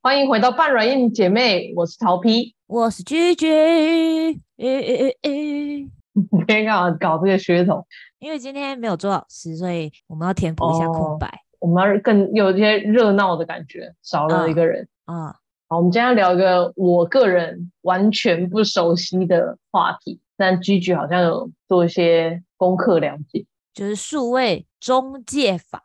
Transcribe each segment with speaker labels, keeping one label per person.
Speaker 1: 欢迎回到半软硬姐妹，我是桃 P。
Speaker 2: 我是居居，咦咦咦咦
Speaker 1: 你 今天干嘛搞这个噱头？
Speaker 2: 因为今天没有做老师，所以我们要填补一下
Speaker 1: 哦
Speaker 2: 空白
Speaker 1: 我们要更有一些热闹的感觉，少了一个人。
Speaker 2: 啊、嗯
Speaker 1: 好，我们今天要聊一个我个人完全不熟悉的话题，但居居好像有做一些功课了解。
Speaker 2: 就是数位中介法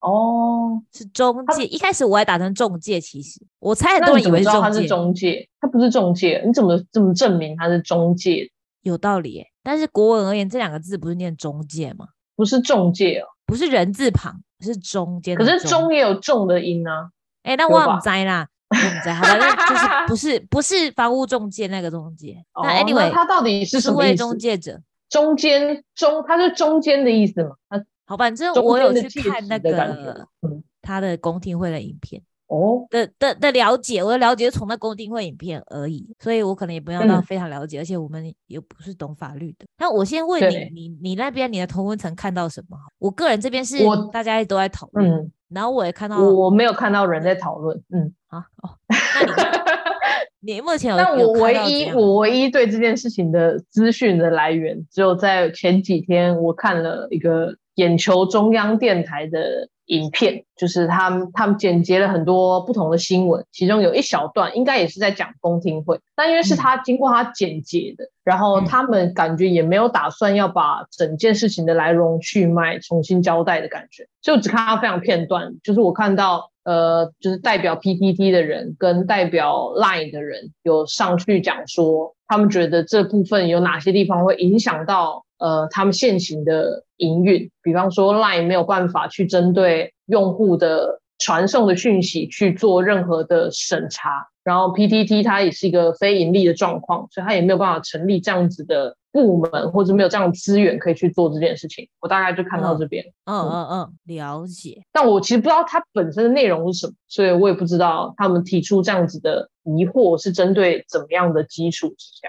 Speaker 1: 哦，
Speaker 2: 是中
Speaker 1: 它
Speaker 2: 介，一开始我还打算中介，其实我猜很
Speaker 1: 那
Speaker 2: 多
Speaker 1: 你
Speaker 2: 人以
Speaker 1: 怎么
Speaker 2: 为
Speaker 1: 知
Speaker 2: 是
Speaker 1: 道他
Speaker 2: 中
Speaker 1: 是
Speaker 2: 介，
Speaker 1: 中介？他不是中介，你怎么怎么证明他是中介？
Speaker 2: 有道理耶。但是国文而言，这两个字不是念中介吗？
Speaker 1: 不是中介哦，
Speaker 2: 不是人字旁，是中间
Speaker 1: 可
Speaker 2: 的。
Speaker 1: 是中也有重的音啊。
Speaker 2: 哎、那
Speaker 1: 有
Speaker 2: 我
Speaker 1: 吧
Speaker 2: 很栽啦，我很栽，反正 就是不是不是房屋中介那个中介。
Speaker 1: 哦，
Speaker 2: 那 anyway，
Speaker 1: 他到底是什
Speaker 2: 数
Speaker 1: 么意
Speaker 2: 位
Speaker 1: 思？
Speaker 2: 中介者。
Speaker 1: 中间中，它是中间的意思嘛？它
Speaker 2: 好，反正
Speaker 1: 中
Speaker 2: 我有
Speaker 1: 间的
Speaker 2: 去
Speaker 1: 介
Speaker 2: 看
Speaker 1: 质
Speaker 2: 那
Speaker 1: 的感觉
Speaker 2: 个
Speaker 1: 嗯
Speaker 2: 他的公听会的影片。
Speaker 1: 哦，
Speaker 2: 的的的了解，我的了解是从那公听会影片而已，所以我可能也不要到
Speaker 1: 嗯
Speaker 2: 非常了解，而且我们也不是懂法律的。那我先问
Speaker 1: 对
Speaker 2: 你，你你那边你的同温层看到什么？我个人这边是
Speaker 1: 我
Speaker 2: 大家都在讨论，
Speaker 1: 嗯，
Speaker 2: 然后我也看到
Speaker 1: 我没有看到人在讨论，嗯，
Speaker 2: 啊哦，那 你你目前有
Speaker 1: 但
Speaker 2: 有
Speaker 1: 我
Speaker 2: 看
Speaker 1: 唯
Speaker 2: 到怎
Speaker 1: 一
Speaker 2: 样
Speaker 1: 我唯一对这件事情的资讯的来源，只有在前几天我看了一个眼球中央电台的影片，就是他们他们剪辑了很多不同的新闻，其中有一小段应该也是在讲公听会，但因为是
Speaker 2: 嗯
Speaker 1: 他经过他剪辑的，然后
Speaker 2: 嗯
Speaker 1: 他们感觉也没有打算要把整件事情的来龙去脉重新交代的感觉，所以我只看到非常片段，就是我看到呃，就是代表 PTT 的人跟代表 LINE 的人有上去讲说，他们觉得这部分有哪些地方会影响到呃他们现行的营运，比方说 LINE 没有办法去针对用户的传送的讯息去做任何的审查。然后 PTT 它也是一个非盈利的状况，所以它也没有办法成立这样子的部门，或者没有这样的资源可以去做这件事情。我大概就看到
Speaker 2: 嗯
Speaker 1: 这边，
Speaker 2: 嗯嗯嗯了解，
Speaker 1: 但我其实不知道它本身的内容是什么，所以我也不知道他们提出这样子的疑惑是针对怎么样的基础之下。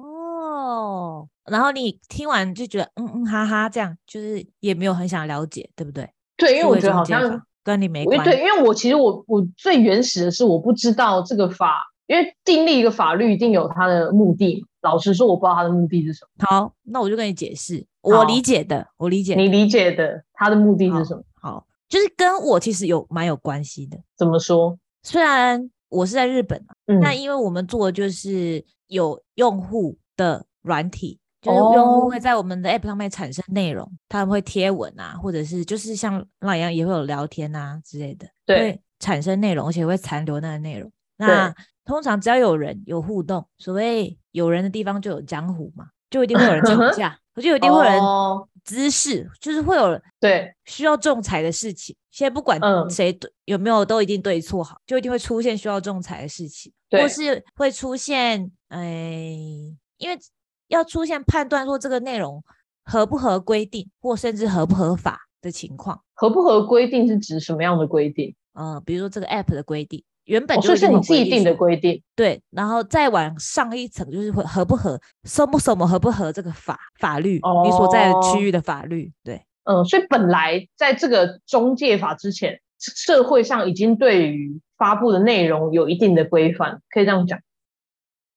Speaker 2: 哦，然后你听完就觉得嗯嗯哈哈，这样就是也没有很想了解，对不对？
Speaker 1: 对，因为
Speaker 2: 数
Speaker 1: 我
Speaker 2: 位
Speaker 1: 觉得
Speaker 2: 中
Speaker 1: 好
Speaker 2: 介
Speaker 1: 像
Speaker 2: 法跟你没
Speaker 1: 我
Speaker 2: 关
Speaker 1: 对，因为我其实我我最原始的是我不知道这个法，因为订立一个法律一定有它的目的。老实说，我不知道它的目的是什么。
Speaker 2: 好，那我就跟你解释，我
Speaker 1: 好
Speaker 2: 理解的，我理解的
Speaker 1: 你理解的它的目的是什么？
Speaker 2: 好，就是跟我其实有蛮有关系的。
Speaker 1: 怎么说？
Speaker 2: 虽然我是在日本啊，
Speaker 1: 嗯，
Speaker 2: 那因为我们做的就是有用户的软体，就是用户
Speaker 1: 哦
Speaker 2: 会在我们的 app 上面产生内容，他们会贴文啊，或者是就是像那一样也会有聊天啊之类的，
Speaker 1: 对
Speaker 2: 会产生内容，而且会残留那个内容。
Speaker 1: 对
Speaker 2: 那通常只要有人有互动，所谓有人的地方就有江湖嘛，就一定会 有人吵架，就一定会有人
Speaker 1: 哦，
Speaker 2: 滋事，就是会有
Speaker 1: 对，
Speaker 2: 需要仲裁的事情，现在不管
Speaker 1: 嗯
Speaker 2: 谁对、有没有都一定对错好，就一定会出现需要仲裁的事情，
Speaker 1: 对
Speaker 2: 或是会出现哎、因为要出现判断说这个内容合不合规定，或甚至合不合法的情况。
Speaker 1: 合不合规定是指什么样的规定？
Speaker 2: 呃，比如说这个 app 的规定，原本
Speaker 1: 哦，
Speaker 2: 就
Speaker 1: 所以
Speaker 2: 一
Speaker 1: 是
Speaker 2: 定会
Speaker 1: 你
Speaker 2: 有
Speaker 1: 自己定的
Speaker 2: 说
Speaker 1: 规定。
Speaker 2: 对，然后再往上一层就是会合不合，什么什么合不合这个法法律，你所在的
Speaker 1: 哦
Speaker 2: 区域的法律，对。
Speaker 1: 嗯，所以本来在这个中介法之前，社会上已经对于发布的内容有一定的规范，可以这样讲。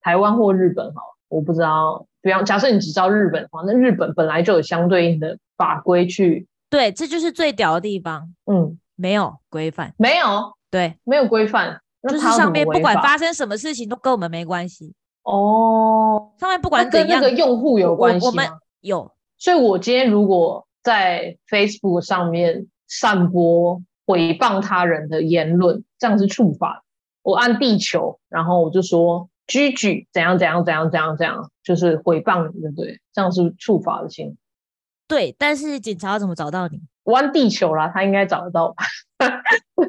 Speaker 1: 台湾或日本好了，我不知道。比方，假设你只知道日本的话，那日本本来就有相对应的法规去，
Speaker 2: 对，这就是最屌的地方，
Speaker 1: 嗯，
Speaker 2: 没有规范。
Speaker 1: 没有
Speaker 2: 对，
Speaker 1: 没有规范，那
Speaker 2: 就是
Speaker 1: 它有什
Speaker 2: 上
Speaker 1: 么
Speaker 2: 面
Speaker 1: 违
Speaker 2: 不管
Speaker 1: 法
Speaker 2: 发生什么事情都跟我们没关系，
Speaker 1: 哦，
Speaker 2: 上面不
Speaker 1: 那
Speaker 2: 管
Speaker 1: 跟
Speaker 2: 怎
Speaker 1: 那
Speaker 2: 样
Speaker 1: 个用户有
Speaker 2: 我
Speaker 1: 关系
Speaker 2: 我
Speaker 1: 吗？
Speaker 2: 们有
Speaker 1: 所以我今天如果在 Facebook 上面散播诽谤他人的言论，这样是触法的。我按地球，然后我就说“居居怎样怎样怎样怎样怎样”，就是诽谤你，对不对？这样是触法的行为。
Speaker 2: 对，但是警察要怎么找到你？
Speaker 1: 我按地球啦，他应该找得到吧？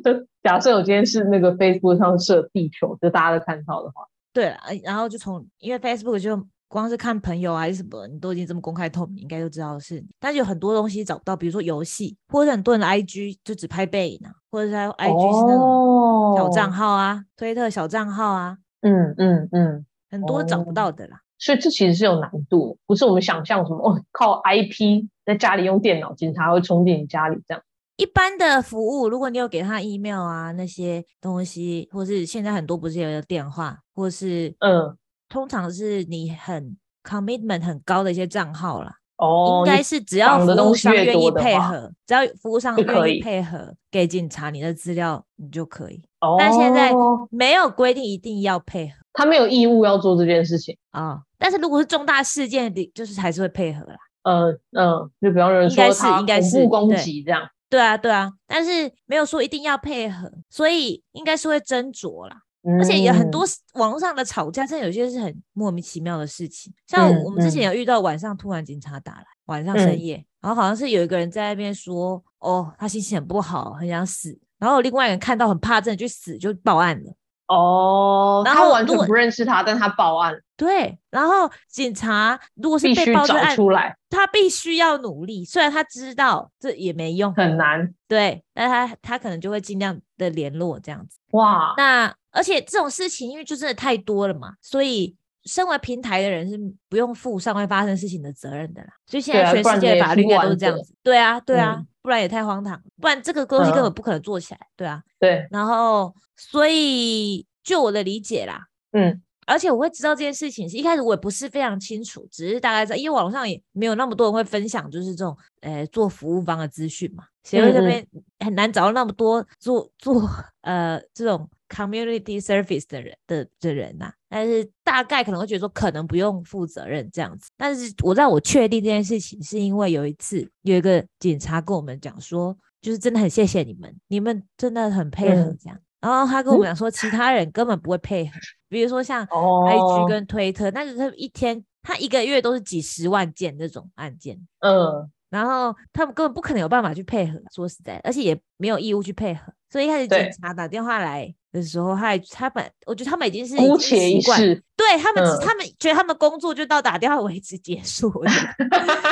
Speaker 1: 假设我今天是那个 Facebook 上设地球，就大家都看到的话，
Speaker 2: 对了，呃然后就从因为 Facebook 就光是看朋友还是什么，你都已经这么公开透明，应该就知道是你。但是有很多东西找不到，比如说游戏，或者很多人的 IG 就只拍背影啊，或者是他 IG 是那
Speaker 1: 哦种
Speaker 2: 种小账，号啊，推特小账号啊，
Speaker 1: 嗯嗯嗯，
Speaker 2: 很多找不
Speaker 1: 哦
Speaker 2: 到的啦。
Speaker 1: 所以这其实是有难度的，不是我们想象什么哦，靠 IP 在家里用电脑，警察会冲进你家里这样。
Speaker 2: 一般的服务，如果你有给他 email 啊那些东西，或是现在很多不是也有电话，或是
Speaker 1: 嗯，
Speaker 2: 通常是你很 commitment 很高的一些账号啦，
Speaker 1: 哦，
Speaker 2: 应该是只要
Speaker 1: 绑
Speaker 2: 服
Speaker 1: 的
Speaker 2: 务
Speaker 1: 东西
Speaker 2: 商
Speaker 1: 越
Speaker 2: 愿
Speaker 1: 多
Speaker 2: 意
Speaker 1: 的
Speaker 2: 配
Speaker 1: 话
Speaker 2: 合，只要服务商
Speaker 1: 就可
Speaker 2: 愿意
Speaker 1: 以
Speaker 2: 配合给警察你的资料，你就可以。
Speaker 1: 你哦，
Speaker 2: 但现在没有规定一定要配合
Speaker 1: 他没有义务要做这件事情。
Speaker 2: 啊、但是如果是重大事件，你就是还是会配合啦。
Speaker 1: 嗯嗯，就比方有人
Speaker 2: 应该
Speaker 1: 说
Speaker 2: 是
Speaker 1: 他
Speaker 2: 应该
Speaker 1: 恐
Speaker 2: 是
Speaker 1: 怖攻
Speaker 2: 对
Speaker 1: 击这样，
Speaker 2: 对啊，对啊，但是没有说一定要配合，所以应该是会斟酌啦。而且也很
Speaker 1: 嗯
Speaker 2: 多是网络上的吵架，真的有些是很莫名其妙的事情。像我
Speaker 1: 嗯
Speaker 2: 我们之前有遇到晚上突然警察打来，晚上深
Speaker 1: 嗯
Speaker 2: 夜，然后好像是有一个人在那边说，哦，他心情很不好，很想死。然后另外一个人看到很怕，真的去死就报案了。
Speaker 1: 哦，
Speaker 2: 然
Speaker 1: 他
Speaker 2: 后
Speaker 1: 完
Speaker 2: 如
Speaker 1: 全
Speaker 2: 果
Speaker 1: 不认识他，但他报案
Speaker 2: 对，然后警察如果是
Speaker 1: 必
Speaker 2: 被
Speaker 1: 须
Speaker 2: 报这
Speaker 1: 找
Speaker 2: 案，
Speaker 1: 出来，
Speaker 2: 他必须要努力，虽然他知道这也没用，
Speaker 1: 很难
Speaker 2: 对，但他他可能就会尽量的联络这样子。
Speaker 1: 哇。
Speaker 2: 那而且这种事情，因为就真的太多了嘛，所以身为平台的人是不用负上会发生事情的责任的啦。所以现
Speaker 1: 对
Speaker 2: 在
Speaker 1: 啊
Speaker 2: 全
Speaker 1: 不然
Speaker 2: 世界
Speaker 1: 你
Speaker 2: 的
Speaker 1: 也
Speaker 2: 法律应
Speaker 1: 听
Speaker 2: 该都
Speaker 1: 完
Speaker 2: 是这样
Speaker 1: 的
Speaker 2: 子。对啊，对啊，
Speaker 1: 嗯
Speaker 2: 不然也太荒唐，不然这个东西根
Speaker 1: 嗯
Speaker 2: 本不可能做起来。对啊，
Speaker 1: 对，
Speaker 2: 然后所以就我的理解啦，
Speaker 1: 嗯，
Speaker 2: 而且我会知道这件事情，是一开始我也不是非常清楚，只是大概在，因为网络上也没有那么多人会分享，就是这种呃做服务方的资讯嘛，谁会这
Speaker 1: 嗯嗯
Speaker 2: 边很难找到那么多做做呃这种 community service 的人的的人呐、但是大概可能会觉得说可能不用负责任这样子，但是我让我确定这件事情，是因为有一次有一个警察跟我们讲说，就是真的很谢谢你们，你们真的很配合
Speaker 1: 嗯
Speaker 2: 这样。然后他跟我们讲说，其他人根本不会配合，比如说像
Speaker 1: 哦
Speaker 2: IG 跟推特，那个是一天他一个月都是几十万件那种案件，
Speaker 1: 嗯，
Speaker 2: 然后他们根本不可能有办法去配合，说实在的，而且也没有义务去配合。所以一开始警
Speaker 1: 对
Speaker 2: 察打电话来的时候，他还他本我觉得他们已经是已
Speaker 1: 姑
Speaker 2: 经
Speaker 1: 且一
Speaker 2: 习惯，
Speaker 1: 试，
Speaker 2: 对他们只、
Speaker 1: 嗯
Speaker 2: 他们觉得他们工作就到打电话为止结束。我觉得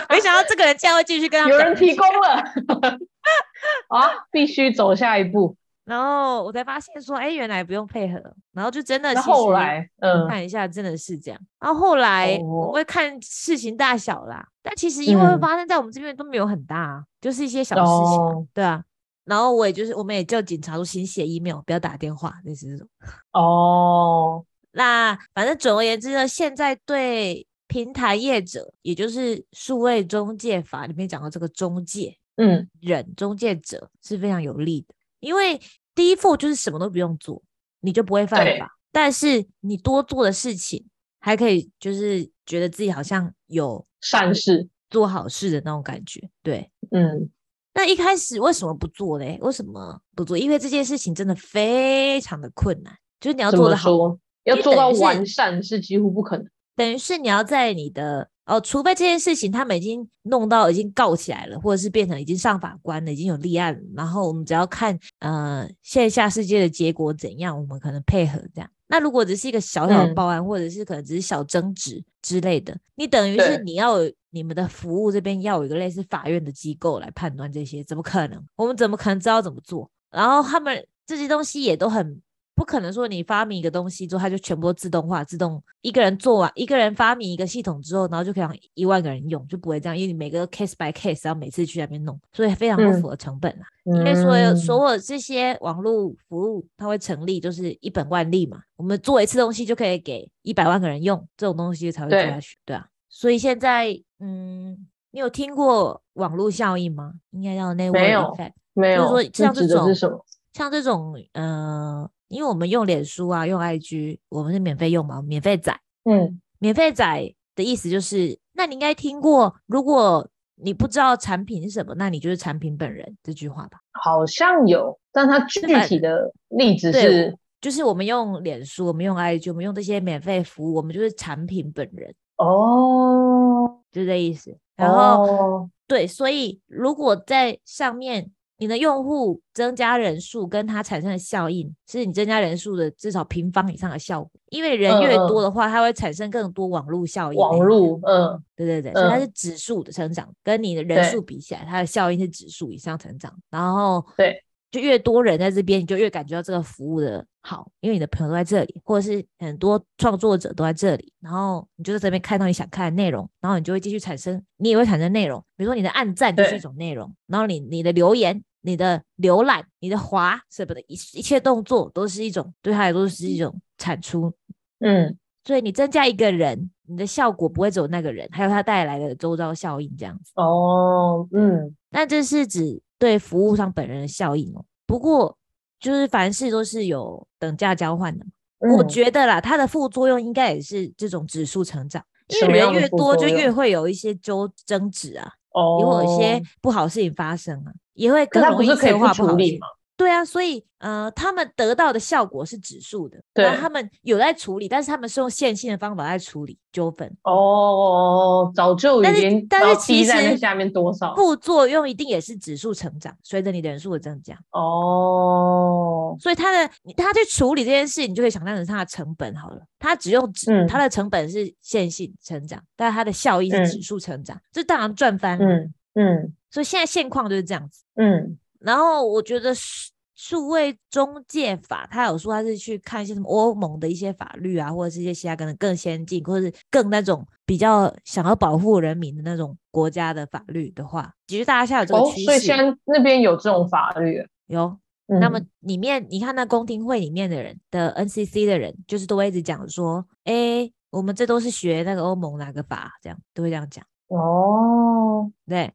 Speaker 2: 没想到这个人竟然会继续跟他们
Speaker 1: 有
Speaker 2: 讲
Speaker 1: 人提供了 啊，必须走下一步。
Speaker 2: 然后我才发现说，哎，原来不用配合，然后就真的
Speaker 1: 那
Speaker 2: 其
Speaker 1: 后
Speaker 2: 实
Speaker 1: 来，
Speaker 2: 我
Speaker 1: 嗯，
Speaker 2: 看一下，真的是这样。然后后来我
Speaker 1: 哦
Speaker 2: 会看事情大小啦，但其实因为会
Speaker 1: 嗯
Speaker 2: 发生在我们这边都没有很大、啊，就是一些小事情啊，
Speaker 1: 哦
Speaker 2: 对啊。然后我也就是，我们也叫警察说，请写 email，不要打电话，类似这种。
Speaker 1: 哦，
Speaker 2: 那反正总而言之呢，现在对平台业者，也就是数位中介法里面讲到这个中介，
Speaker 1: 嗯，
Speaker 2: 人中介者是非常有利的，因为第一 f 就是什么都不用做，你就不会犯
Speaker 1: 对
Speaker 2: 法，但是你多做的事情还可以，就是觉得自己好像有
Speaker 1: 善事，
Speaker 2: 做好事的那种感觉。对，
Speaker 1: 嗯，
Speaker 2: 那一开始为什么不做嘞？为什么不做？因为这件事情真的非常的困难，就是你要
Speaker 1: 怎
Speaker 2: 做
Speaker 1: 么
Speaker 2: 的好，
Speaker 1: 说？要
Speaker 2: 因为
Speaker 1: 做
Speaker 2: 等
Speaker 1: 到
Speaker 2: 于是
Speaker 1: 完善是几乎不可能。
Speaker 2: 等于是你要在你的哦，除非这件事情他们已经弄到已经告起来了，或者是变成已经上法官了，已经有立案了，然后我们只要看呃线下世界的结果怎样，我们可能配合这样。那如果只是一个小小的
Speaker 1: 嗯
Speaker 2: 报案，或者是可能只是小争执之类的，你等于
Speaker 1: 对
Speaker 2: 是你要有你们的服务这边要有一个类似法院的机构来判断这些，怎么可能？我们怎么可能知道怎么做？然后他们这些东西也都很不可能说你发明一个东西之后，它就全部都自动化，自动一个人做完，一个人发明一个系统之后，然后就可以让一万个人用，就不会这样，因为你每个 case by case 要每次去那边弄，所以非常不
Speaker 1: 嗯
Speaker 2: 符合成本啊。因
Speaker 1: 因
Speaker 2: 为所有所有这些网络服务，它会成立就是一本万利嘛，我们做一次东西就可以给一百万个人用，这种东西才会做
Speaker 1: 对
Speaker 2: 下去，对啊。所以现在，嗯，你有听过网络效应吗？应该叫 network
Speaker 1: 没有
Speaker 2: effect。
Speaker 1: 没有，
Speaker 2: 就是说像
Speaker 1: 这指
Speaker 2: 这
Speaker 1: 的
Speaker 2: 种
Speaker 1: 是什么？
Speaker 2: 像这种，呃，因为我们用脸书啊，用 IG，我们是免费用嘛，免费载。
Speaker 1: 嗯，
Speaker 2: 免费仔的意思就是，那你应该听过，如果你不知道产品是什么，那你就是产品本人这句话吧。
Speaker 1: 好像有，但它具
Speaker 2: 反
Speaker 1: 体的例子
Speaker 2: 对
Speaker 1: 是
Speaker 2: 就是我们用脸书，我们用 IG，我们用这些免费服务，我们就是产品本人，
Speaker 1: 哦，
Speaker 2: 就这意思。然后、
Speaker 1: 哦
Speaker 2: 对，所以如果在上面你的用户增加人数跟它产生的效应，是你增加人数的至少平方以上的效果，因为人
Speaker 1: 嗯
Speaker 2: 越
Speaker 1: 嗯
Speaker 2: 多的话，它会产生更多网络效应。
Speaker 1: 网络，嗯，
Speaker 2: 对对对，所以它
Speaker 1: 嗯
Speaker 2: 是指数的成长，跟你的人
Speaker 1: 对
Speaker 2: 数比起来，它的效应是指数以上成长。然后
Speaker 1: 对，
Speaker 2: 就越多人在这边，你就越感觉到这个服务的好，因为你的朋友都在这里，或者是很多创作者都在这里，然后你就在这边看到你想看的内容，然后你就会继续产生，你也会产生内容，比如说你的暗赞就是一
Speaker 1: 对
Speaker 2: 种内容，然后你你的留言你的浏览、你的滑什么的，一一切动作都是一种对他来说是一种产出。
Speaker 1: 嗯，
Speaker 2: 所以你增加一个人，你的效果不会只有那个人，还有他带来的周遭效应这样子。
Speaker 1: 哦，嗯，
Speaker 2: 但这是指对服务商本人的效应哦。不过就是凡事都是有等价交换的嘛，我
Speaker 1: 嗯
Speaker 2: 觉得啦，它的副作用应该也是这种指数成长，因
Speaker 1: 什
Speaker 2: 为
Speaker 1: 么
Speaker 2: 人
Speaker 1: 样的
Speaker 2: 越
Speaker 1: 副
Speaker 2: 多就
Speaker 1: 作
Speaker 2: 越
Speaker 1: 用
Speaker 2: 会有一些纠争执啊。
Speaker 1: 哦，
Speaker 2: 也会有一些不好的事情发生啊，也会
Speaker 1: 可是他
Speaker 2: 更容
Speaker 1: 不
Speaker 2: 易
Speaker 1: 是可以
Speaker 2: 策
Speaker 1: 不
Speaker 2: 划不
Speaker 1: 处
Speaker 2: 好的事
Speaker 1: 理
Speaker 2: 情
Speaker 1: 吗？
Speaker 2: 对啊，所以呃，他们得到的效果是指数的，
Speaker 1: 对
Speaker 2: 然后他们有在处理，但是他们是用线性的方法在处理纠纷，
Speaker 1: 哦，早就
Speaker 2: 但
Speaker 1: 已
Speaker 2: 是
Speaker 1: 经
Speaker 2: 但
Speaker 1: 知道
Speaker 2: 是其
Speaker 1: 滴在那
Speaker 2: 实
Speaker 1: 下面多少
Speaker 2: 副作用一定也是指数成长，随着你的人数的增加，
Speaker 1: 哦，
Speaker 2: 所以他的你他去处理这件事情，你就可以想象成它的成本好了。他只用指，
Speaker 1: 嗯
Speaker 2: 它的成本是线性成长，但它的效益
Speaker 1: 嗯
Speaker 2: 是指数成长，这当然赚翻了。
Speaker 1: 嗯嗯
Speaker 2: 所以现在现况就是这样子。
Speaker 1: 嗯
Speaker 2: 然后我觉得数数位中介法，他有说他是去看一些什么欧盟的一些法律啊，或者是一些其他可能更先进，或者是更那种比较想要保护人民的那种国家的法律的话，其实大家现在有这
Speaker 1: 哦
Speaker 2: 个，趋
Speaker 1: 所以
Speaker 2: 势，
Speaker 1: 现在那边有这种法律了，
Speaker 2: 有。
Speaker 1: 嗯
Speaker 2: 那么里面你看那公听会里面的人的 NCC 的人，就是都会一直讲说，哎，我们这都是学那个欧盟哪个法，这样都会这样讲，
Speaker 1: 哦，
Speaker 2: 对。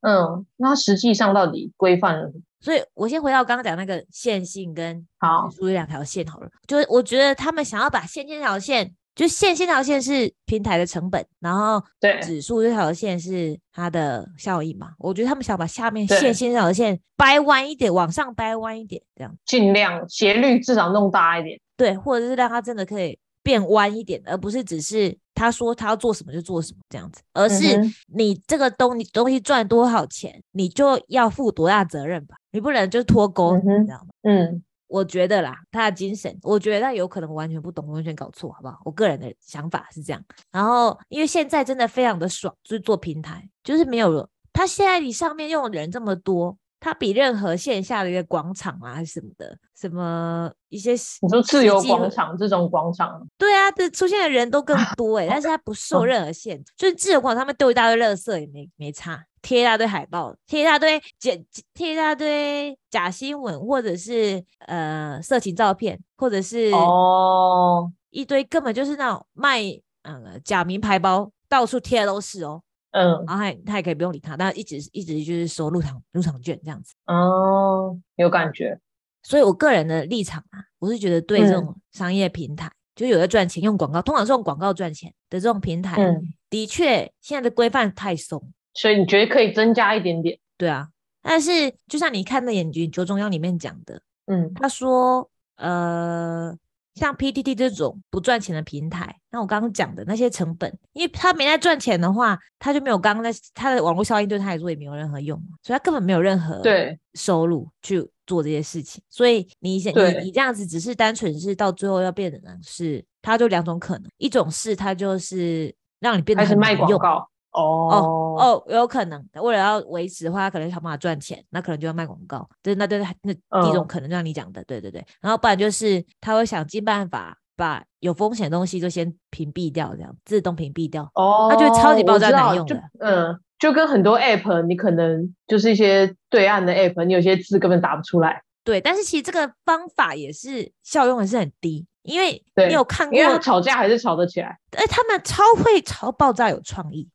Speaker 1: 嗯，那实际上到底规范了什么
Speaker 2: 所以我先回到我刚刚讲那个线性跟
Speaker 1: 好
Speaker 2: 指数这两条线好了，就是我觉得他们想要把线这条线，就线这条线是平台的成本，然后
Speaker 1: 对
Speaker 2: 指数这条线是它的效益嘛。我觉得他们想把下面
Speaker 1: 对
Speaker 2: 线这条线掰弯一点，往上掰弯一点，这样
Speaker 1: 尽量斜率至少弄大一点，
Speaker 2: 对，或者是让它真的可以变弯一点，而不是只是他说他要做什么就做什么这样子，而是
Speaker 1: 嗯哼
Speaker 2: 你这个东你东西赚多少钱，你就要负多大责任吧，你不能就脱钩，
Speaker 1: 嗯
Speaker 2: 你
Speaker 1: 哼
Speaker 2: 知道吗？
Speaker 1: 嗯
Speaker 2: 我觉得啦，他的精神，我觉得他有可能我完全不懂，我完全搞错，好不好？我个人的想法是这样。然后，因为现在真的非常的爽，就是做平台，就是没有他现在你上面用的人这么多，他比任何线下的一个广场啊还是什么的，什么一些
Speaker 1: 你说自
Speaker 2: 实
Speaker 1: 由
Speaker 2: 际
Speaker 1: 广
Speaker 2: 会
Speaker 1: 场这种广场，
Speaker 2: 对啊，这出现的人都更
Speaker 1: 啊
Speaker 2: 多哎、但是他不受
Speaker 1: 嗯
Speaker 2: 任何限制，就是自由广场上面丢一大堆垃圾也没没差，贴一大堆海报，贴一大堆假贴一大堆假新闻，或者是呃色情照片，或者是
Speaker 1: 哦，
Speaker 2: 一堆根本就是那种卖呃假名牌包，到处贴的都是哦。
Speaker 1: 嗯
Speaker 2: 然后他也他也可以不用理他，但一直一直就是收入场入场券这样子。
Speaker 1: 哦，有感觉，
Speaker 2: 所以我个人的立场啊，我是觉得对这
Speaker 1: 嗯
Speaker 2: 种商业平台，就有在赚钱用广告，通常是用广告赚钱的这种平台，
Speaker 1: 嗯，
Speaker 2: 的确，现在的规范太松，
Speaker 1: 所以你觉得可以增加一点点，
Speaker 2: 对啊。但是就像你看那眼睛九中央里面讲的，
Speaker 1: 嗯
Speaker 2: 他说，呃，像 PTT 这种不赚钱的平台，那我刚刚讲的那些成本，因为他没在赚钱的话，他就没有刚刚那他的网络效应对他来说也没有任何用嘛，所以他根本没有任何
Speaker 1: 对，
Speaker 2: 收入去做这些事情。所以你想
Speaker 1: 对
Speaker 2: 你你这样子只是单纯是到最后要变成是，它就两种可能，一种是它就是让你变得
Speaker 1: 开始
Speaker 2: 很
Speaker 1: 卖
Speaker 2: 难
Speaker 1: 广
Speaker 2: 用。
Speaker 1: 告，哦
Speaker 2: 哦，有可能为了要维持的话，可能想办法赚钱，那可能就要卖广告，对，那对那第一种
Speaker 1: 嗯
Speaker 2: 可能就像你讲的，对对对，然后不然就是他会想尽办法把有风险的东西就先屏蔽掉，这样自动屏蔽掉。
Speaker 1: 哦，
Speaker 2: 它就超级爆
Speaker 1: 我
Speaker 2: 炸
Speaker 1: 知
Speaker 2: 难
Speaker 1: 道
Speaker 2: 用
Speaker 1: 就
Speaker 2: 的
Speaker 1: 嗯，就跟很多 app，你可能就是一些对岸的 app，你有些字根本打不出来，
Speaker 2: 对，但是其实这个方法也是效用也是很低，因为
Speaker 1: 对
Speaker 2: 你有看过
Speaker 1: 因为他吵架还是吵得起来，
Speaker 2: 哎，他们超会超爆炸有 创意。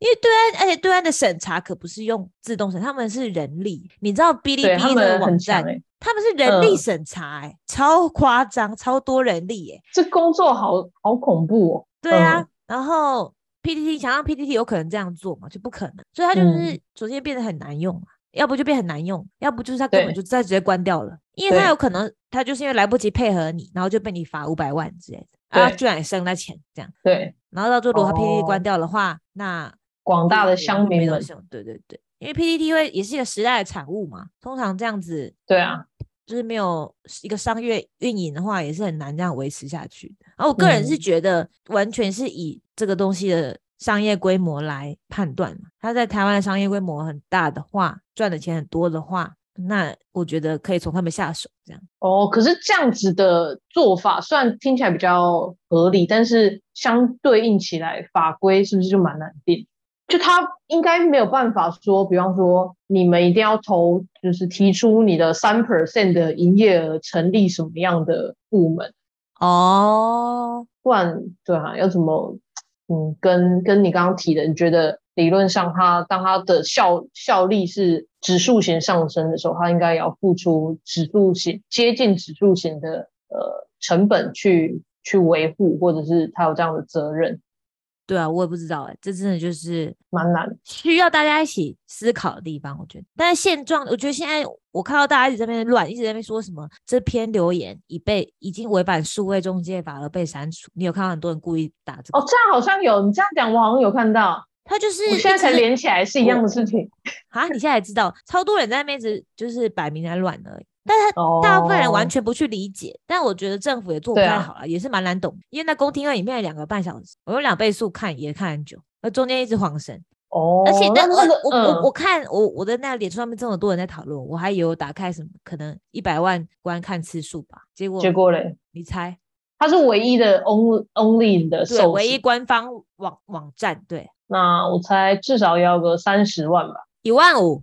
Speaker 2: 因为对岸，而且对岸的审查可不是用自动审，他们是人力。你知道哔哩
Speaker 1: 对他
Speaker 2: 哔哩那个
Speaker 1: 们
Speaker 2: 网
Speaker 1: 很强
Speaker 2: 站，
Speaker 1: 哎，
Speaker 2: 他们是人力
Speaker 1: 嗯
Speaker 2: 审查、欸，超夸张，超多人力、欸，
Speaker 1: 这工作好好恐怖哦，
Speaker 2: 对啊，
Speaker 1: 嗯
Speaker 2: 然后 PPT 想让 PPT 有可能这样做嘛，就不可能，所以它
Speaker 1: 嗯
Speaker 2: 就是逐渐变得很难用嘛，要不就变很难用，要不就是它根本
Speaker 1: 对
Speaker 2: 就再直接关掉了，因为它
Speaker 1: 对
Speaker 2: 有可能它就是因为来不及配合你，然后就被你罚五百万之类的，啊，
Speaker 1: 对
Speaker 2: 居然也生了钱这样，
Speaker 1: 对，
Speaker 2: 然后到最后如果它 PPT 关
Speaker 1: 哦
Speaker 2: 掉的话，那
Speaker 1: 广大的乡民们，
Speaker 2: 们，对对对，因为 PPT 会也是一个时代的产物嘛，通常这样子
Speaker 1: 对啊，
Speaker 2: 就是没有一个商业运营的话，也是很难这样维持下去的。而我个人是
Speaker 1: 嗯
Speaker 2: 觉得，完全是以这个东西的商业规模来判断嘛。它在台湾的商业规模很大的话，赚的钱很多的话，那我觉得可以从他们下手。这样
Speaker 1: 哦，可是这样子的做法虽然听起来比较合理，但是相对应起来法规是不是就蛮难定？就他应该没有办法说，比方说你们一定要投，就是提出你的三 percent 的营业额成立什么样的部门，
Speaker 2: 哦，
Speaker 1: 不然对啊，要怎么嗯，跟跟你刚刚提的，你觉得理论上它当它的效效力是指数型上升的时候，它应该也要付出指数型接近指数型的呃成本去去维护，或者是它有这样的责任，
Speaker 2: 对啊，我也不知道哎、这真的就是
Speaker 1: 蛮难的。
Speaker 2: 需要大家一起思考的地方，我觉得。但是现状，我觉得现在我看到大家一直在那边乱，一直在那边说什么这篇留言已被已经违反数位中介法而被删除，你有看到很多人故意打这个？
Speaker 1: 哦，这样好像有，你这样讲我好像有看到，
Speaker 2: 他就是
Speaker 1: 我现在
Speaker 2: 一
Speaker 1: 才
Speaker 2: 直
Speaker 1: 连起来是一样的事情。
Speaker 2: 啊，你现在才知道，超多人在那边一直就是摆明在乱而已。但是
Speaker 1: 哦，
Speaker 2: 大部分人完全不去理解，但我觉得政府也做不
Speaker 1: 对
Speaker 2: 太
Speaker 1: 啊
Speaker 2: 好了，也是蛮难懂。因为那公听会里面有两个半小时，我用两倍速看也看很久，那中间一直晃神，
Speaker 1: 哦，
Speaker 2: 而且
Speaker 1: 那
Speaker 2: 那
Speaker 1: 那个
Speaker 2: 我我我
Speaker 1: 嗯
Speaker 2: 我看我我的那个脸书上面这么多人在讨论，我还以为我打开什么可能一百万观看次数吧，结果
Speaker 1: 结果嘞，
Speaker 2: 你猜
Speaker 1: 它是唯一的 only only 的
Speaker 2: 对，
Speaker 1: 受
Speaker 2: 唯一
Speaker 1: 益。
Speaker 2: 官方网网站对
Speaker 1: 那我猜至少要个三十万吧。
Speaker 2: 一万五，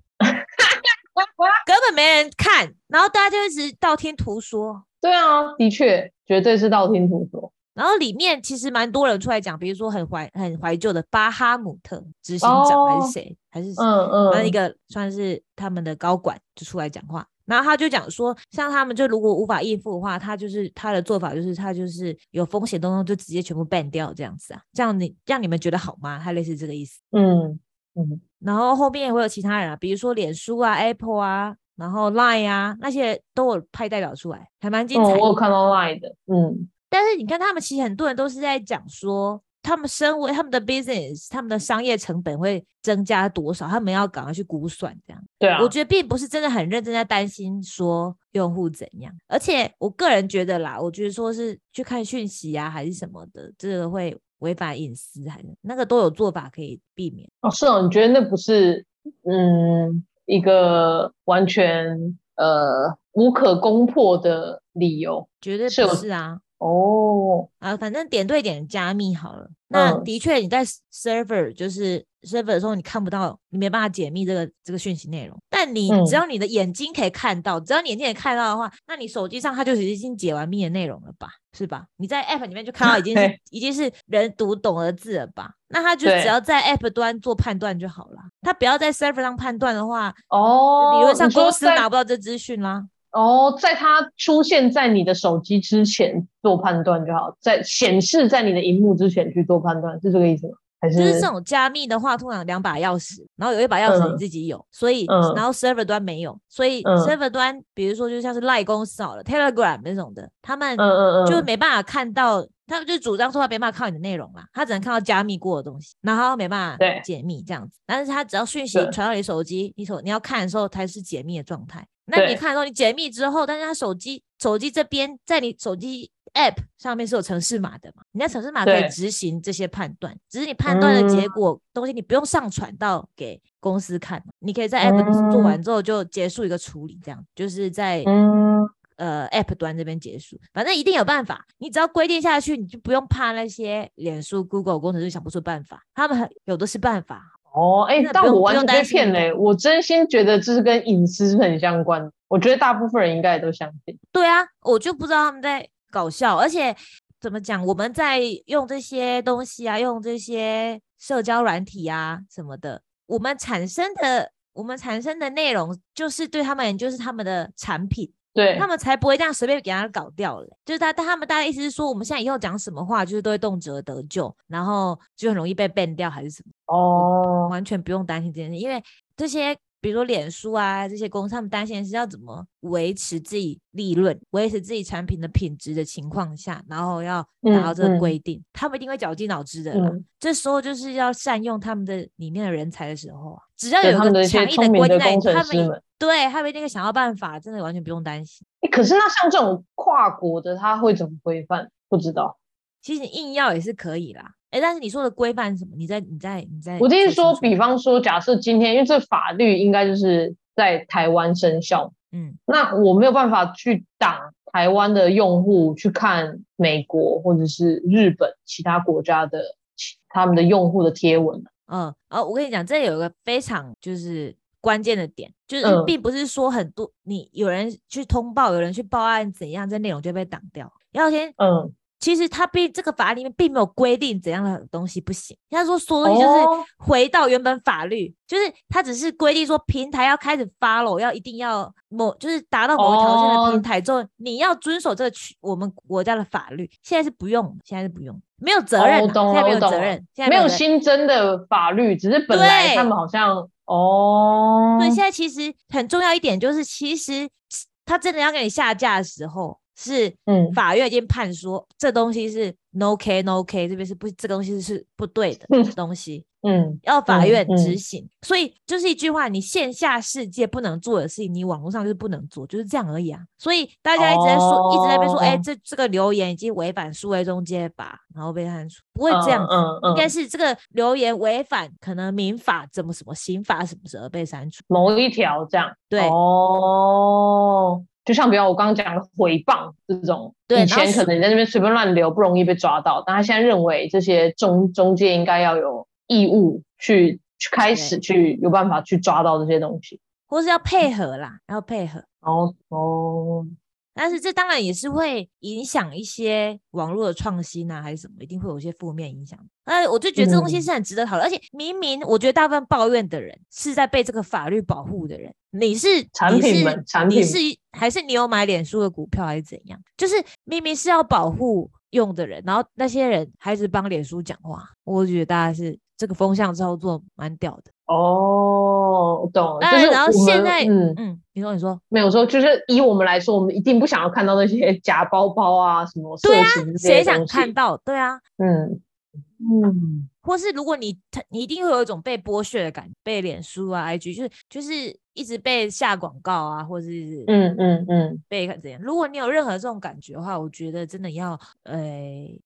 Speaker 2: 根本没人看，然后大家就一直道听途说，
Speaker 1: 对啊，的确，绝对是道听途说。
Speaker 2: 然后里面其实蛮多人出来讲，比如说很怀很怀旧的巴哈姆特执行长还
Speaker 1: 哦
Speaker 2: 是谁、还是
Speaker 1: 嗯嗯，
Speaker 2: 那一个算是他们的高管就出来讲话，然后他就讲说，像他们就如果无法应付的话，他就是他的做法就是他就是有风险东东就直接全部 ban 掉这样子啊，这样你让你们觉得好吗？他类似这个意思。
Speaker 1: 嗯嗯，
Speaker 2: 然后后面也会有其他人啊，比如说脸书啊、Apple 啊，然后 Line 啊那些都有派代表出来，还蛮精
Speaker 1: 哦
Speaker 2: 彩的。
Speaker 1: 我有看到 Line 的，嗯，
Speaker 2: 但是你看，他们其实很多人都是在讲说，他们身为他们的 business，他们的商业成本会增加多少，他们要赶快去估算这样。
Speaker 1: 对啊，
Speaker 2: 我觉得并不是真的很认真在担心说用户怎样，而且我个人觉得啦，我觉得说是去看讯息啊还是什么的，这个会违反隐私，还是那个都有做法可以避免。
Speaker 1: 哦是哦，你觉得那不是嗯一个完全呃无可攻破的理由
Speaker 2: 绝对
Speaker 1: 是
Speaker 2: 不
Speaker 1: 有
Speaker 2: 是啊
Speaker 1: 哦？
Speaker 2: 啊，反正点对点加密好了。那
Speaker 1: 嗯
Speaker 2: 的确你在 server 就是 server 的时候，你看不到，你没办法解密这个这个讯息内容。但你
Speaker 1: 嗯
Speaker 2: 只要你的眼睛可以看到，只要你眼睛可以看到的话，那你手机上它就已经解完密的内容了吧？是吧？你在 app 里面就看到已经是
Speaker 1: 对
Speaker 2: 已经是人读懂的字了吧？那他就
Speaker 1: 对
Speaker 2: 只要在 app 端做判断就好了。他不要在 server 上判断的话，
Speaker 1: 哦，
Speaker 2: 理论上
Speaker 1: 你说
Speaker 2: 公司
Speaker 1: 在
Speaker 2: 拿不到这资讯啦。
Speaker 1: 哦，在它出现在你的手机之前做判断就好，在显示在你的荧幕之前去做判断，是这个意思吗？还
Speaker 2: 就是
Speaker 1: 是
Speaker 2: 这种加密的话，通常两把钥匙，然后有一把钥匙你
Speaker 1: 嗯
Speaker 2: 自己有，所以、
Speaker 1: 嗯
Speaker 2: 然后 server 端没有，所以
Speaker 1: 嗯
Speaker 2: server 端，比如说就像是赖公司好了，Telegram 那种的，他们
Speaker 1: 嗯嗯嗯，
Speaker 2: 就没办法看到，他们就主张说他没办法看到你的内容啦，他只能看到加密过的东西，然后他没办法
Speaker 1: 对
Speaker 2: 解密这样子。但是他只要讯息
Speaker 1: 对
Speaker 2: 传到你手机，你手你要看的时候才是解密的状态。那你
Speaker 1: 对
Speaker 2: 看的时候，你解密之后，但是他手机手机这边在你手机 App 上面是有城市码的嘛？你在城市码可以
Speaker 1: 对
Speaker 2: 执行这些判断，只是你判断的结
Speaker 1: 嗯
Speaker 2: 果、东西你不用上传到给公司看嘛，你可以在 App 做完之后就结束一个处理，这样就是在
Speaker 1: 嗯
Speaker 2: 呃 App 端这边结束，反正一定有办法。你只要规定下去，你就不用怕那些脸书、Google 工程师想不出办法，他们很有的是办法。
Speaker 1: 哦，哎、
Speaker 2: 真的
Speaker 1: 但
Speaker 2: 不用
Speaker 1: 我完
Speaker 2: 不用
Speaker 1: 全
Speaker 2: 担
Speaker 1: 被
Speaker 2: 心
Speaker 1: 骗嘞、我真心觉得这是跟隐私是很相关的，我觉得大部分人应该也都相信。
Speaker 2: 对啊，我就不知道他们在搞笑，而且怎么讲，我们在用这些东西啊，用这些社交软体啊什么的，我们产生的我们产生的内容，就是对他们就是他们的产品。
Speaker 1: 对，
Speaker 2: 他们才不会这样随便给他搞掉了。就是他，他们大概意思是说，我们现在以后讲什么话，就是都会动辄得咎，然后就很容易被 ban 掉还是什么，
Speaker 1: 哦，
Speaker 2: 完全不用担心这件事，因为这些。比如说脸书啊，这些公司他们担心的是要怎么维持自己利润、维持自己产品的品质的情况下，然后要达到
Speaker 1: 嗯
Speaker 2: 这个
Speaker 1: 嗯
Speaker 2: 规定，他们一定会绞尽脑汁的啦。
Speaker 1: 嗯，
Speaker 2: 这时候就是要善用他们的里面的人才的时候啊，只要
Speaker 1: 对
Speaker 2: 有
Speaker 1: 他
Speaker 2: 一
Speaker 1: 们的
Speaker 2: 个
Speaker 1: 一些
Speaker 2: 强硬
Speaker 1: 聪明
Speaker 2: 规定
Speaker 1: 的
Speaker 2: 在
Speaker 1: 工，程
Speaker 2: 他
Speaker 1: 师
Speaker 2: 们一
Speaker 1: 们
Speaker 2: 对他们一定会想到办法，真的完全不用担心。
Speaker 1: 哎、可是那像这种跨国的，他会怎么规范？不知道。
Speaker 2: 其实你硬要也是可以啦。哎，但是你说的规范是什么？你在你在你在，
Speaker 1: 我的意思说，比
Speaker 2: 方，
Speaker 1: 方说，假设今天，因为这法律应该就是在台湾生效嘛
Speaker 2: 嗯，
Speaker 1: 那我没有办法去挡台湾的用户去看美国或者是日本其他国家的其他们的用户的贴文啊，
Speaker 2: 嗯，啊，我跟你讲，这有一个非常就是关键的点，就是
Speaker 1: 嗯
Speaker 2: 并不是说很多你有人去通报，有人去报案怎样，这内容就被挡掉。要先，
Speaker 1: 嗯，
Speaker 2: 其实他并这个法案里面并没有规定怎样的东西不行，他说所有东西就是
Speaker 1: 哦
Speaker 2: 回到原本法律，就是他只是规定说平台要开始 follow，要一定要某就是达到某个条件的
Speaker 1: 哦
Speaker 2: 平台之后，你要遵守这个区我们国家的法律。现在是不用，现在是不用，没有责
Speaker 1: 哦
Speaker 2: 任
Speaker 1: 我
Speaker 2: 啊、
Speaker 1: 懂
Speaker 2: 现在
Speaker 1: 了
Speaker 2: 没
Speaker 1: 我
Speaker 2: 有
Speaker 1: 懂
Speaker 2: 责
Speaker 1: 了
Speaker 2: 任，现在
Speaker 1: 没
Speaker 2: 有
Speaker 1: 有
Speaker 2: 责任
Speaker 1: 新增的法律，只是本来
Speaker 2: 对
Speaker 1: 他们好像哦，
Speaker 2: 所以现在其实很重要一点就是，其实他真的要给你下架的时候，是
Speaker 1: 嗯
Speaker 2: 法院已经判说这东西是 no K no K，这边是不这个东西是不对的
Speaker 1: 嗯
Speaker 2: 东西，
Speaker 1: 嗯
Speaker 2: 要法
Speaker 1: 嗯
Speaker 2: 院
Speaker 1: 嗯
Speaker 2: 执行。所以就是一句话，你线下世界不能做的事情，你网络上就是不能做，就是这样而已啊。所以大家一直在说，一直在被说，哎、
Speaker 1: 哦
Speaker 2: 这这个留言已经违反数位中介法，然后被判处，不会这样子。
Speaker 1: 嗯嗯
Speaker 2: 应该
Speaker 1: 嗯，
Speaker 2: 是这个留言违反可能民法怎么什么刑法什么什么而被删除，
Speaker 1: 某一条这样
Speaker 2: 对，
Speaker 1: 哦。就像比如我刚刚讲的诽谤这种，
Speaker 2: 对
Speaker 1: 以
Speaker 2: 然后
Speaker 1: 前可能你在那边随便乱留不容易被抓到，但他现在认为这些中中介应该要有义务去去开始去有办法去抓到这些东西。
Speaker 2: 或是要配合啦，要配合。
Speaker 1: 哦哦，
Speaker 2: 但是这当然也是会影响一些网络的创新啊，还是什么，一定会有一些负面影响。呃，我就觉得这东西
Speaker 1: 嗯
Speaker 2: 是很值得讨论，而且明明我觉得大部分抱怨的人是在被这个法律保护的人，你是
Speaker 1: 产
Speaker 2: 你
Speaker 1: 品
Speaker 2: 是
Speaker 1: 们产
Speaker 2: 你
Speaker 1: 品
Speaker 2: 是还是你有买脸书的股票还是怎样？就是明明是要保护用的人，然后那些人还是帮脸书讲话，我觉得大家是这个风向操作蛮屌的。
Speaker 1: 哦，我懂了。
Speaker 2: 当
Speaker 1: 就是
Speaker 2: 然然后
Speaker 1: 我
Speaker 2: 现
Speaker 1: 们
Speaker 2: 在
Speaker 1: 嗯，
Speaker 2: 嗯，你说你说，
Speaker 1: 没有说，就是以我们来说，我们一定不想要看到那些假包包啊，什么色
Speaker 2: 对啊
Speaker 1: 情这
Speaker 2: 谁
Speaker 1: 些
Speaker 2: 想
Speaker 1: 东西。
Speaker 2: 看到？对啊，
Speaker 1: 嗯嗯，
Speaker 2: 或是如果你他你一定会有一种被剥削的感觉，被脸书啊、IG 就是就是一直被下广告啊，或是
Speaker 1: 嗯嗯嗯，
Speaker 2: 被怎样。如果你有任何这种感觉的话，我觉得真的要呃，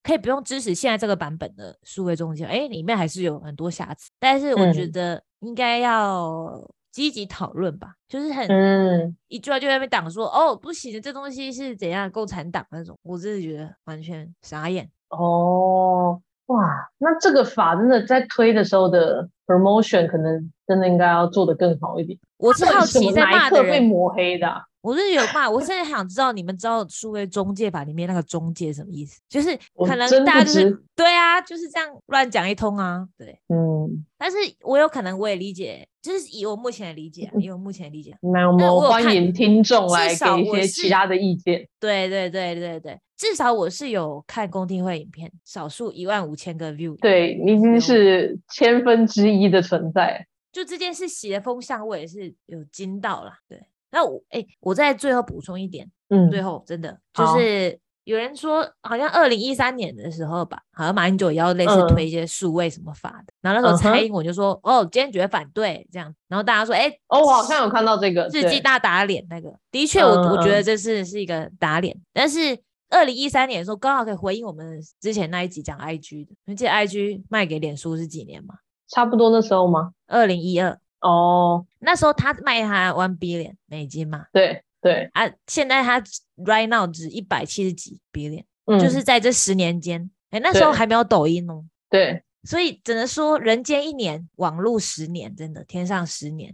Speaker 2: 可以不用支持现在这个版本的数位中介，哎，里面还是有很多瑕疵，但是我觉
Speaker 1: 嗯
Speaker 2: 得应该要积极讨论吧，就是很。
Speaker 1: 嗯，
Speaker 2: 一句话就在那边挡说，哦，不行，这东西是怎样共产党那种，我真的觉得完全傻眼。
Speaker 1: 哦，哇，那这个法真的在推的时候的 promotion 可能真的应该要做得更好一点。
Speaker 2: 我是
Speaker 1: 到底
Speaker 2: 好
Speaker 1: 什
Speaker 2: 奇
Speaker 1: 么
Speaker 2: 在
Speaker 1: 哪
Speaker 2: 骂
Speaker 1: 一
Speaker 2: 的
Speaker 1: 刻
Speaker 2: 人
Speaker 1: 被抹黑的啊？
Speaker 2: 我是有骂，我现在想知道你们知道数位中介法里面那个中介什么意思？就是
Speaker 1: 我
Speaker 2: 可能
Speaker 1: 真
Speaker 2: 大家
Speaker 1: 不
Speaker 2: 就是
Speaker 1: 知
Speaker 2: 对啊，就是这样乱讲一通啊，对。
Speaker 1: 嗯，
Speaker 2: 但是我有可能我也理解，就是以我目前的理解啊，以我目前的理解啊，
Speaker 1: 那我
Speaker 2: 但
Speaker 1: 们
Speaker 2: 我有
Speaker 1: 欢
Speaker 2: 看
Speaker 1: 迎听众
Speaker 2: 至
Speaker 1: 来
Speaker 2: 少
Speaker 1: 给一
Speaker 2: 我
Speaker 1: 些
Speaker 2: 是
Speaker 1: 其他的意见。
Speaker 2: 对对对对对，至少我是有看公听会影片，少数一万五千个 view，，
Speaker 1: 对你已经
Speaker 2: 有
Speaker 1: 是千分之一的存在。
Speaker 2: 就这件事洗的风向我也是有惊到啦，对。那我哎、我在最后补充一点，
Speaker 1: 嗯，
Speaker 2: 最后真的就
Speaker 1: 好
Speaker 2: 是有人说，好像二零一三年的时候吧，好像马英九也要类似
Speaker 1: 嗯
Speaker 2: 推一些数位什么法的，然后那时
Speaker 1: 嗯
Speaker 2: 候蔡
Speaker 1: 哼
Speaker 2: 英文就说，哦，坚决反对这样，然后大家说，哎、
Speaker 1: 哦，我好像有看到这个
Speaker 2: 日
Speaker 1: 对
Speaker 2: 记大打脸那个，的确我，我、觉
Speaker 1: 嗯
Speaker 2: 得
Speaker 1: 嗯
Speaker 2: 这是是一个打脸，但是。二零一三年的时候，刚好可以回应我们之前那一集讲 IG 的，你记得 IG 卖给脸书是几年嘛？
Speaker 1: 差不多那时候吗？
Speaker 2: 二零一二，
Speaker 1: 哦，
Speaker 2: 那时候他卖他 one billion 美金嘛，
Speaker 1: 对对，
Speaker 2: 啊，现在他 right now 值一百七十几 billion，
Speaker 1: 嗯，
Speaker 2: 就是在这十年间，哎、那时候
Speaker 1: 对
Speaker 2: 还没有抖音哦，
Speaker 1: 对，
Speaker 2: 所以只能说人间一年，网络十年，真的天上 十年，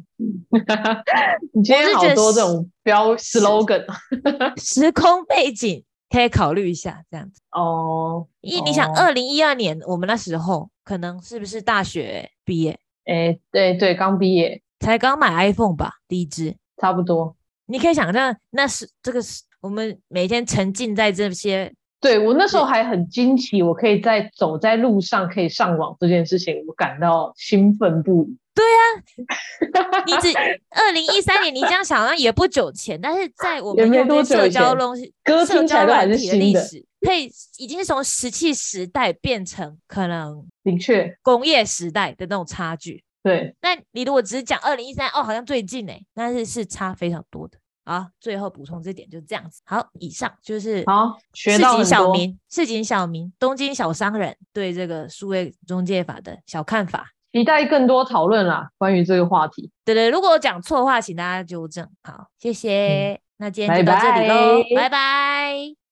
Speaker 1: 你今
Speaker 2: 我是
Speaker 1: 天好
Speaker 2: 觉得
Speaker 1: 多
Speaker 2: 是
Speaker 1: 这种标
Speaker 2: 是
Speaker 1: slogan
Speaker 2: 时空背景可以考虑一下这样子。
Speaker 1: 哦，
Speaker 2: 因为你想，
Speaker 1: 哦
Speaker 2: 二零一二年我们那时候可能是不是大学毕业，
Speaker 1: 哎，对对，刚毕业，
Speaker 2: 才刚买 iPhone 吧，第一支，
Speaker 1: 差不多。
Speaker 2: 你可以想象，那是这个是我们每天沉浸在这些，
Speaker 1: 对我那时候还很惊奇，我可以在走在路上可以上网这件事情，我感到兴奋不已。对啊，
Speaker 2: 你 只二零一三年你这样想，好像也不久前，但是在我
Speaker 1: 也
Speaker 2: 们
Speaker 1: 没
Speaker 2: 用这
Speaker 1: 多久
Speaker 2: 些社
Speaker 1: 以
Speaker 2: 交
Speaker 1: 前
Speaker 2: 东西，
Speaker 1: 歌
Speaker 2: 社
Speaker 1: 听起
Speaker 2: 交
Speaker 1: 来都还
Speaker 2: 软
Speaker 1: 是
Speaker 2: 体的历
Speaker 1: 新的，
Speaker 2: 史，可以已经是从石器时代变成可能
Speaker 1: 的确，
Speaker 2: 工业时代的那种差距。
Speaker 1: 对，
Speaker 2: 那你如果只是讲二零一三，哦，好像最近哎、但是是差非常多的。好，最后补充这点就这样子。好，以上就是
Speaker 1: 好，学
Speaker 2: 市
Speaker 1: 到
Speaker 2: 井
Speaker 1: 很
Speaker 2: 小
Speaker 1: 多。
Speaker 2: 民、市井小民、东京小商人对这个数位中介法的小看法。
Speaker 1: 期待更多讨论啦，关于这个话题。
Speaker 2: 对对，如果我讲错的话，请大家纠正。好，谢谢。那今天就
Speaker 1: 嗯拜
Speaker 2: 到这里喽，
Speaker 1: 拜
Speaker 2: 拜拜